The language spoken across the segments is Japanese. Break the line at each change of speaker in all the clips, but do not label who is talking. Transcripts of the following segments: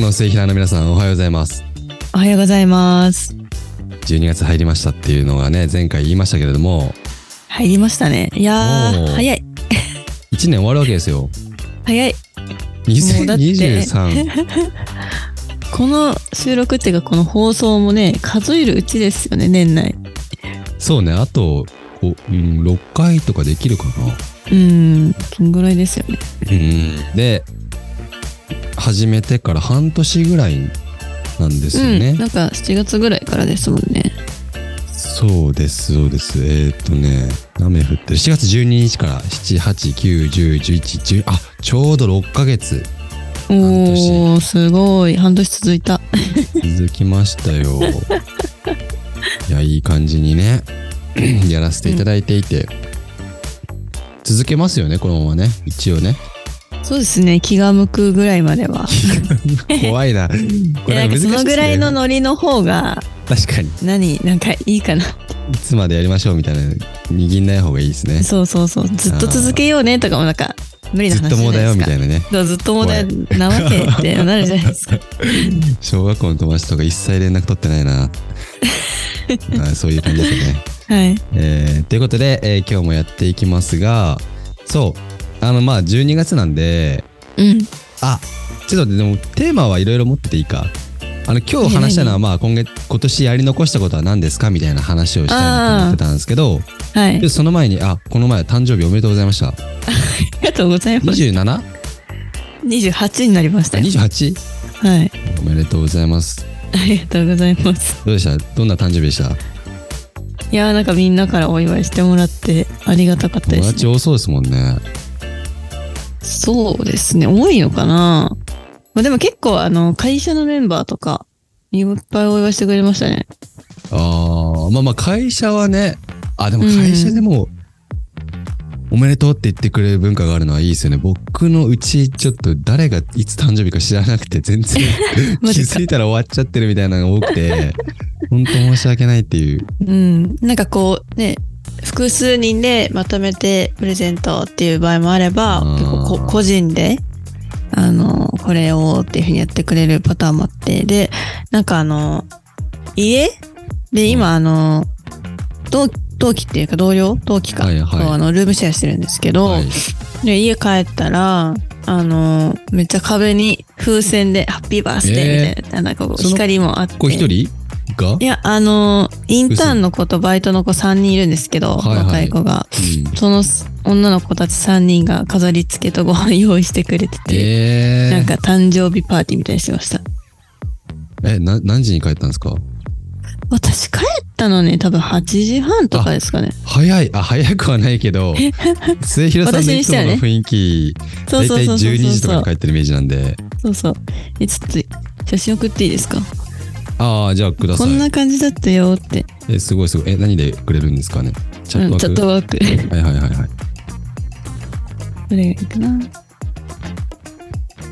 の末平の皆さんおはようございます
おはようございます。
12月入りましたっていうのがね前回言いましたけれども
入りましたね。いや
お
ー、
ー
早い。
1年終わるわけですよ
早い。もうだって
2023
この収録っていうか、この放送もね、数えるうちですよね、年内。
そうねあとこう、うん、6回とかできるかな
うん、そんぐらいですよね。
うんで始めてから半年ぐらいなんですよね、
うん、なんか7月ぐらいからですもんね。
そうですそうですえーっとね雨降ってる7月12日から7891011あちょうど6ヶ月
おー、すごい。半年続いた。
続きました よいやいい感じにねやらせていただいていて、続けますよねこのままね一応ね
そうですね、気が向くぐらいまでは。
怖 いなこ
いや
れ
な
難
んか
しいで
そ
すね
のぐらいのノリの方が、
確かに
何、なんかいいかな。
いつまでやりましょうみたいな握んない方がいいですね
そうそうそう。ずっと続けようねとかもなんか、無理な
ずっ
話
と
じゃ
もう
ない
だよ
です
み
か
た。いなね
そうずっともうだよなわけってなるじゃないですか。
小学校の友達とか一切連絡取ってない なあそういう感じですよね
はい。
えーということで、えー今日もやっていきますがそうあのまあ12月なんで
うん。
あちょっと待ってでもテーマはいろいろ持ってていいかあの今日話したのはまあ今月今年やり残したことは何ですかみたいな話をしたいなと思ってたんですけど
はい。あ
でその前にあこの前誕生日おめでとうございました
りがとうございます。
27?28?
28になりましたよ。はい。
おめでとうございます
ありがとうございます。
どうでしたどんな誕生日でした
いやーなんかみんなからお祝いしてもらってありがたかったで
友
す、
達
ね。
多そうですもんね
そうですね。多いのかなまあでも結構あの、会社のメンバーとか、いっぱいお祝いしてくれましたね。
ああまあまあ会社はねあでも会社でも、おめでとうって言ってくれる文化があるのはいいですよね僕のうちちょっと誰がいつ誕生日か知らなくて全 然気
マジか
づいたら終わっちゃってるみたいなのが多く て本当申し訳ないっていう
うん。なんかこう、ね、複数人でまとめてプレゼントっていう場合もあれば、
うん
結構こ個人で、あの、これをっていうふうにやってくれるパターンもあって、で、なんかあの、家で、今あの、同同期っていうか同僚同期か、
はいはい
とあのルームシェアしてるんですけど、
はい
で家帰ったら、あの、めっちゃ壁に風船でハッピーバースデーみたいな、なんかこう
その
光もあって。
これ一人が、
いや、あの、インターンの子とバイトの子3人いるんですけど、
はいはい
若い子が。その女の子たち3人が飾り付けとご飯用意してくれて
うん、
て、
えー、
なんか誕生日パーティーみたいにしてました。
えな何時に帰ったんですか
私帰ったのね、多分8時半とかですかね。
早いあ早くはないけ ど末広さんのいつもの雰囲気
そう
大
そう
体
そうそう
12時とか
そ
に
う
帰。ってるイメージなんで
そうそう。え、ちょっと写真送っていいですか
ああじゃあくださ
こ
い
んな感じだったよって。
えすごいすごいえ何でくれるんですかねチャット
うん、
ワー
チ
ク、
ャットワーク。
はいはいはいはい
どれがいいかな。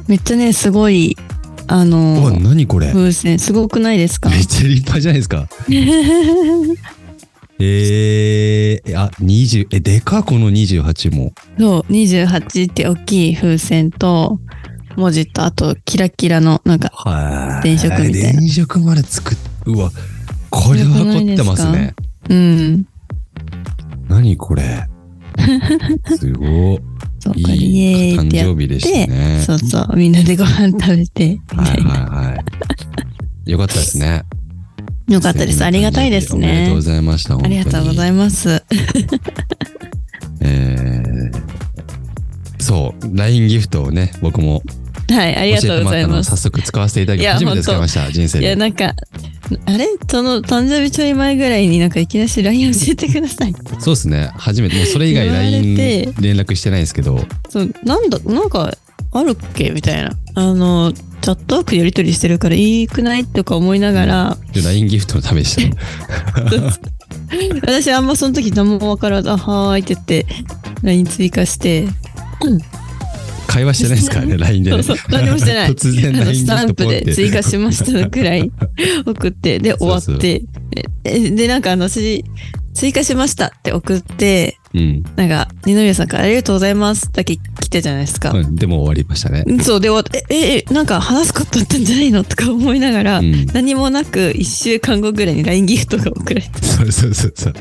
めっちゃね、すごい、あ
うわ
の、
何これめ
風船、すごくな いですか
っちゃ立派じゃないですかえー、あ20えでかこの28も
そう、28って大きい風船と、文字と、あと、キラキラの、なんか、
はい
電飾みたいな
電飾まで作っうわこれは凝ってます
よくない
ね
うん。
何こ れすご
そう、
い
これイ
い
エーイ
誕
ってやっ
生日でしたね
て、そうそう、みんなでご飯食べて、み
は
た
い
いな。
はいはいよかったですね
よかったです。ありがたいです
おめでとう
ね
ご。ざいました
ありがとうございます。
えーそう LINE ギフトをね僕も
はい、ありが
教えて
と
も
うご
ら
ざ
っ
い
たの
ま
を
す
早。速使わせていただき
いや
初めて使いました人生
いや、
で
なんか、あれその、誕生日ちょい前ぐらいになんかいきなり LINE 教えてください。
そうですね初めてもうそれ以外
言われ
LINE
て
連絡してないですけど
そう、なんだ、なんか、あるっけみたいな。あの、チャットワークやりとりしてるからいいくないとか思いながら、
で LINE ギフトのためで した
私あんまその時何も分からず「あはーい」って言って LINE 追加して
会話してないですからね LINE で
そ
ね
うそう何もしてな い
突
あ
然
の
LINE ギ
スタ
フ
ン
ト
プ
ポンっ
で
て
追加しましたく らい送ってで終わ
そうそう
ってでででなんかあの私追加しましたって送って
うん
なんか二宮さんからありがとうございますだけ来たじゃないですか。
うんでも終わりましたね。
そうで終わってえええなんか話すことあったんじゃないのとか思いながら、
うん
何もなく1週間後ぐらいに LINE ギフトが送られて
そうそうそうそう。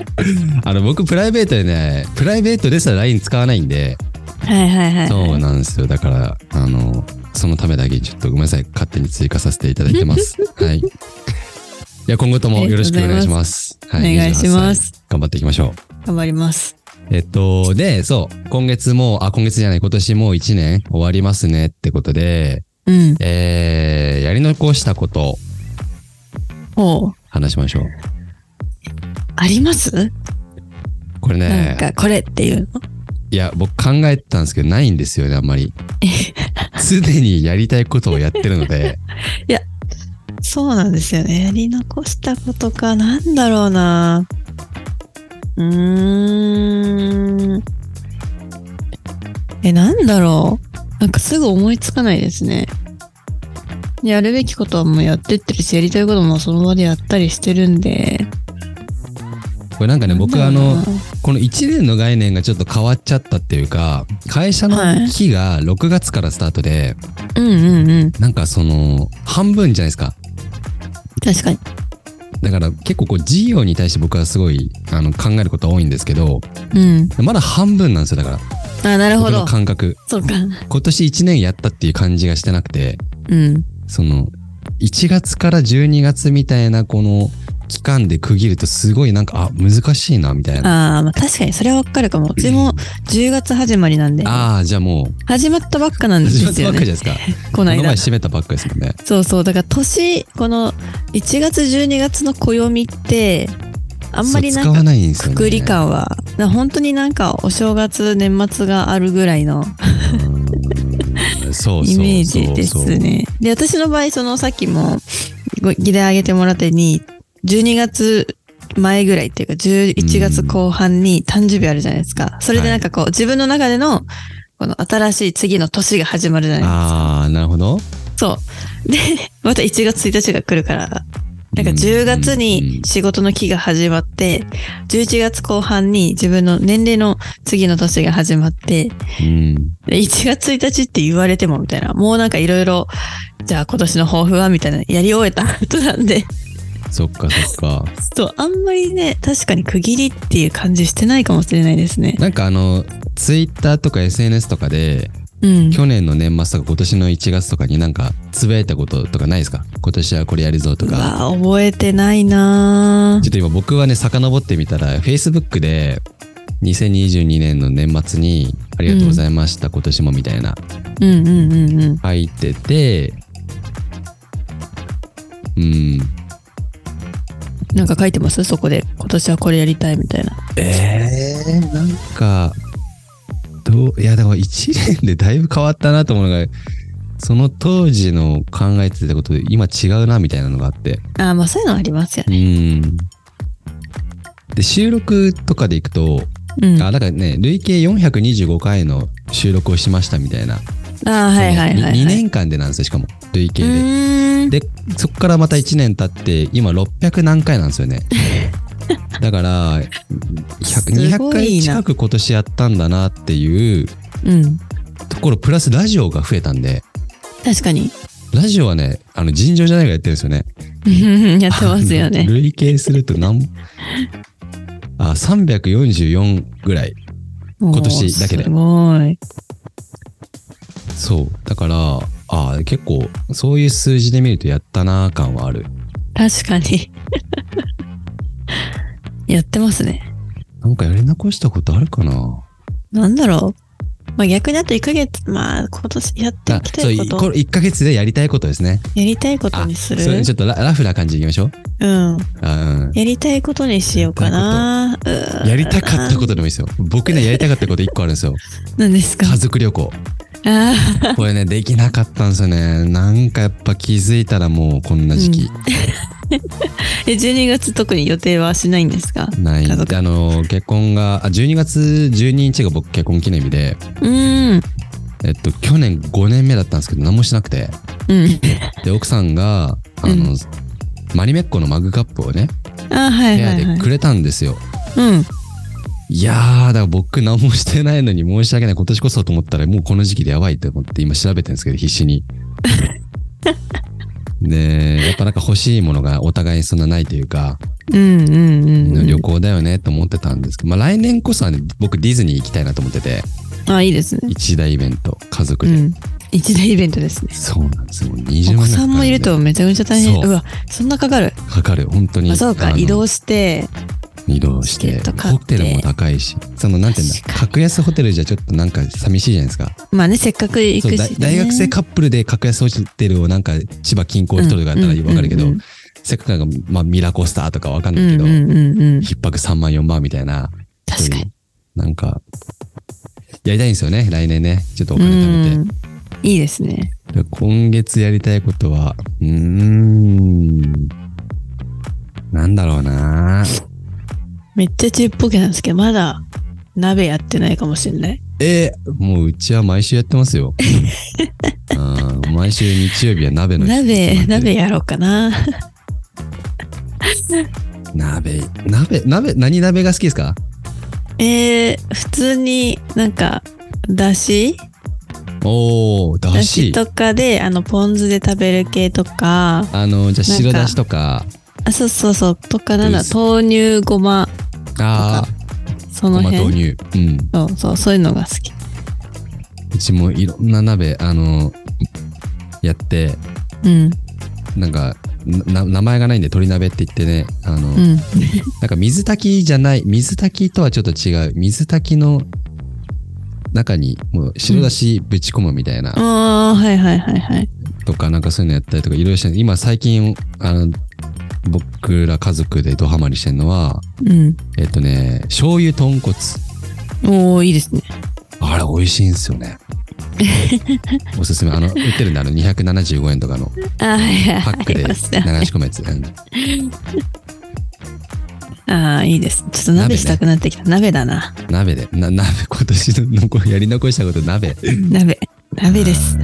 あの、僕、プライベートでね、プライベートでさ、LINE 使わないんで、
はいはいはい
そうなんですよ。だから、あの、そのためだけにちょっとごめんなさい。勝手に追加させていただいて ます。はい。いや、今後ともよろしくお願いします。は
お願いしま
28歳
す
頑張っていきましょう。
頑張ります
えっと、で、そう、今月もう、あ、今月じゃない、今年もう1年終わりますねってことで、
うん
えー、やり残したこと、
ほう
話しましょう。
あります
これ
なん
ね、
かこれっていうの
いや、僕考えてたんですけど、ないんですよね、あんま り。すでにやりたいことをやってるので、
そうなんですよねやり残したことかなんだろうなうーんえなんだろうなんかすぐ思いつかないですねやるべきことはもうやってってるしやりたいこともその場でやったりしてるんで
これなんかね、僕あ
なんだろう
の
な、
この1年の概念がちょっと変わっちゃったっていうか、会社の
はい
期が6月からスタートで、
うんうんうん
なんかその、半分じゃないですか。
確かに
だから結構こう事業に対して僕はすごいあの考えることは多いんですけど、
うん
まだ半分なんですよ、だから。
あなるほ
僕の
ど
感覚。
そうか
今年1年やったっていう感じがしてなくて、
うん
その、1月から12月みたいなこの期間で区切るとすごいなんか、あ、難しいな、みたいな。
あーまあ確かにそれはわかるかもう ちも10月始まりなんで
ああ、じゃあもう、
始まったばっかなんで
始まっ
す
たば
よ
っか
ね
じゃないですか。
こ
こ
の
の前
間
閉めたばっかですもんね。
そうそうだから年この1月12月の暦ってあんまりな
そう使わ
んか
ないんですよ
く
ね。
くり感はな本当になんかお正月年末があるぐらいの
うん。そうそうそう。
イメージです
そう
ね。で私の場合そのさっきもご議題挙げてもらったように12月前ぐらいっていうか11月後半に誕生日あるじゃないですか。それでなんかこう、自分の中でのこの新しい次の年が始まるじゃない
ああ、なるほど。
ですか。そう。で、また1月1日が来るから、なんか
うん
10月
う
に
ん
仕事の期が始まって、11月後半に自分の年齢の次の年が始まって、
うん。
で1月1日って言われてもみたいな、もうなんかいろいろ、じゃあ今年の抱負はみたいな、やり終えた後なんで、
そっかそっ か。
ちょっとあんまりね、確かに区切りっていう感じしてないかもしれないですね。
なんかあの、ツイッターとか SNS とかで、
うん。
去年の年末とか今年の1月とかになんか、つぶやいたこととかないですか今年はこれやるぞと
う
か。
わ覚えてないな
ちょっと今僕はね、遡ってみたら、Facebook で、2022年の年末に、ありがとうございました、今年もみたいな、
うんうんうんうん。
書いてて、うん。
なんか書いてますそこで。今年はこれやりたいみたいな。
えー、なんか、どう、いや、でも1年でだいぶ変わったなと思うのが、その当時の考えてたことで今違うなみたいなのがあって。
あーまあそういうのありますよ
う
ね。
ん。で、収録とかでいくと、
うん。
あ、だからね、累計425回の収録をしましたみたいな。
ああ、はいはいはい、はい。
2年間でなんですよ、しかも。累計
う
で。
ーん
で、そこからまた1年経って、今600何回なんですよ ね。だから、100、
す
200
ごい
回
な
近く今年やったんだなっていう
うん。
ところ、プラスラジオが増えたんで、
確かに。
ラジオはね、あの、尋常じゃないがやってるんですよね。
やってますよね。
累計すると何、あ、344ぐらい。今年だけで
おーすごい。
そう。だから、あー結構、そういう数字で見るとやったなー感はある。
確かに。 やってますね。
なんかやり残したことあるかな
なんだろう。まあ逆にあと1ヶ月、まあ今年やってい
あ
き
そ
た
う、
い
い
こと、
これ1ヶ月でやりたいことですね。
やりたいこと
あ、
にす
それ
る
ちょっとララフな感じでいきましょう。
うん。
あ
やりたいことにしようかな。
うん、やりたかったことでもいいですよ。僕ね、やりたかったこと1個あるんで すよ。
なんですか
家族旅行。
あー
これね、できなかったんですよね。なんかやっぱ気づいたらもうこんな時期。
え、12月特に予定はしないんですか
ない。
家族
あの、結婚が、あ12月12日が僕結婚記念日で、
うん。
えっと、去年5年目だったんですけど、何もしなくて。
うん。
で、奥さんが、あの、
う
マリメッコのマグカップをね、
あーは
部
いは
屋
いは
で
い。
くれたんですよ。
うん。
いやー、だから僕何もしてないのに申し訳ない。今年こそと思ったらもうこの時期でやばいと思って今調べてるんですけど、必死 に。で、やっぱなんか欲しいものがお互いそんなないというか、
うんうんうんうん。
旅行だよねと思ってたんですけど、まあ来年こそはね、僕ディズニー行きたいなと思ってて、
あ、いいですね。
一大イベント、家族
う
で。
ん。一大イベントですね。
そうなんですよ。もう20
お
万ぐら
子
いかか
さんもいるとめちゃめちゃ大変。
そう
うわ、そんなかかる。
かかる、本当に。
あ、そう
あ
か。
の
移動して。
移動して
チケット買っ
ホ
て
テルも高いしそのなんていうんだ
確かに
格安ホテルじゃちょっとなんか寂しいじゃないですか
まあね、せっかく行
そう
くしね、
だ大学生カップルで格安ホテルをなんか千葉近郊一人とかだったら分かるけど、
うんうんうん
せっかくなんか、まあ、ミラコスターとか分かん
う
ないけ
ん
ど、
うんうんうん。
一泊3万4万みたいな
確か
そうい
に。
うなんかやりたいんですよね来年ねちょっとお
う
金貯めて、
ん。いいですね。
で今月やりたいことはうーんなんだろうな
めっちゃちっぽけなんですけど、まだ鍋やってないかもしれない。
えーもううちは毎週やってます よ。あー毎週日曜日は鍋の日
鍋、鍋やろうかな。
鍋鍋鍋何鍋が好きですか
えー、普通になんか、だし
おおだ
だ
し
しとかで、あの、ポン酢で食べる系とか、
あのじゃあ白だしとか
あ、そうそうそう、とかなん
う
だ、
す
豆乳ごま、
あ
そ
あご
の
ま豆
辺。
乳うん
そうそう、そういうのが好き。
うちもいろんな鍋あのやって
うん、
なんかな名前がないんで鶏鍋って言ってねあの、
うん。
なんか水炊きじゃない、水炊きとはちょっと違う、水炊きの中にもう白だしぶち込むみたいな、
ああ、はいはいはいはい。
とか、なんかそういうのやったりとかいろいろして、今最近、あの、僕ら家族でドハマりしてるのは、
うん。
えっとね、醤油豚骨。
おー、いいですね。
あれ美味しいんですよ ね。おすすめ。あの、売ってるんだ、あの、275円とかの
あーはいはい
パ
はい。
ックで
あり
流
ま
し
したね
込むやつ。うん
ああ、いいです。ちょっと鍋したくなってきた。鍋だな。
鍋で、な鍋、今年の残やり残したこと鍋。
鍋。鍋です。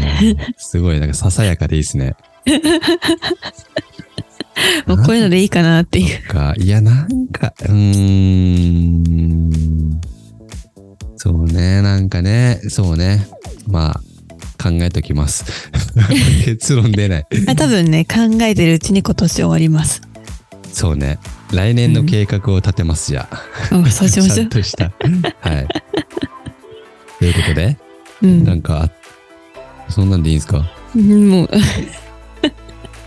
すごい、なんかささやかでいいですね。
もうこういうのでいいかなっ ていう。
か、いや、なんか、うーん。そうね、なんかね、そうね。まあ、考えときます。 結論出ない。
あ多分ね、考えてるうちに今年終わ ります。
そうね。来年の計画を立てます、じゃあ。
うん、そうしま
ち
し
ゃ
ょ
んと した。はい。ということで、
う。う
なん
ん。
か、あそんなんでいいんですか
うんもう。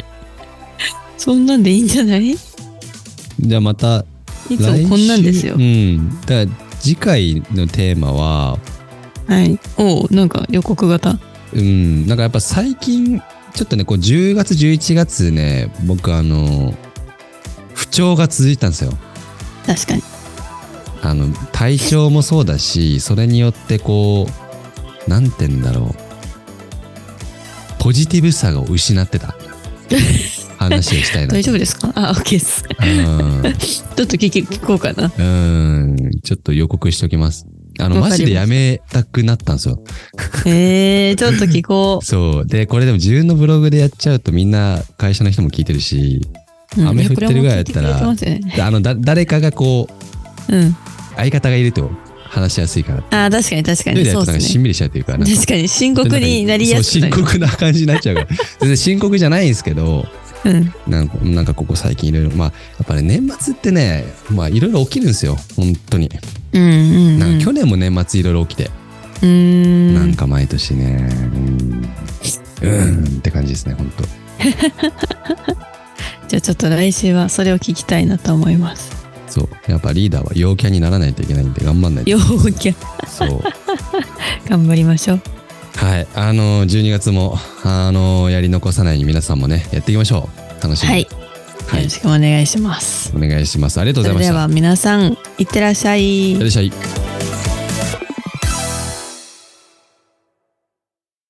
そんなんでいいんじゃないいつ
じゃあまた、
もこんなんです
来。週
よ
うん。だから次回のテーマは、
はい。おおなんか予告型。
うん、なんかやっぱ最近、ちょっとね、こう10月、11月ね、僕あの、不調が続いたんですよ。
確かに。
あの、体調もそうだし、それによってこう、なんて言うんだろう。ポジティブさを失って た。話をしたいなと。
大丈夫ですかあ、OK です。ちょっと聞き聞こうかな。
うん。うん。ちょっと予告しておきます。あの、
わ
マ
かりました
ジでやめたくなったんですよ。
えー、ちょっと聞こ
そう。で、これでも自分のブログでやっちゃうとみんな会社の人も聞いてるし、
う。うん
雨降ってるぐらいだったら
やこれも聞いてくれてます
であのだ 誰かがこう
よねうん。
相方がいると話しやすいから
あー、確かに確か
一人
に。
でやる
そう
となん
で
か
す
し
ね。
んみりしちゃうというかなんか
確かに深刻になりやすくな
そう深
る。
刻な感じになっちゃうから全然深刻じゃないんですけど
うん。
なんかなんかここ最近いろいろまあやっぱね年末ってねまあいろいろ起きるんですよ本当に
うんうん。
なんか
う
去年も年末いろいろ起きて、
ん。
なんか毎年ねうんうんって感じですね本当
じゃあちょっと来週はそれを聞きたいなと思います。
そうやっぱリーダーは陽キャにならないといけないんで頑張んないと
陽キャ、
そう
頑張りましょう。
はい、あの12月もあのやり残さないように皆さんもねやっていきましょう。楽しみ
は
に、
い。よろしくお願いします。
お願いします。ありがとう
そ
ございま
れ
し
で
た。
は皆さん、いってらっしゃい
いらっしゃい。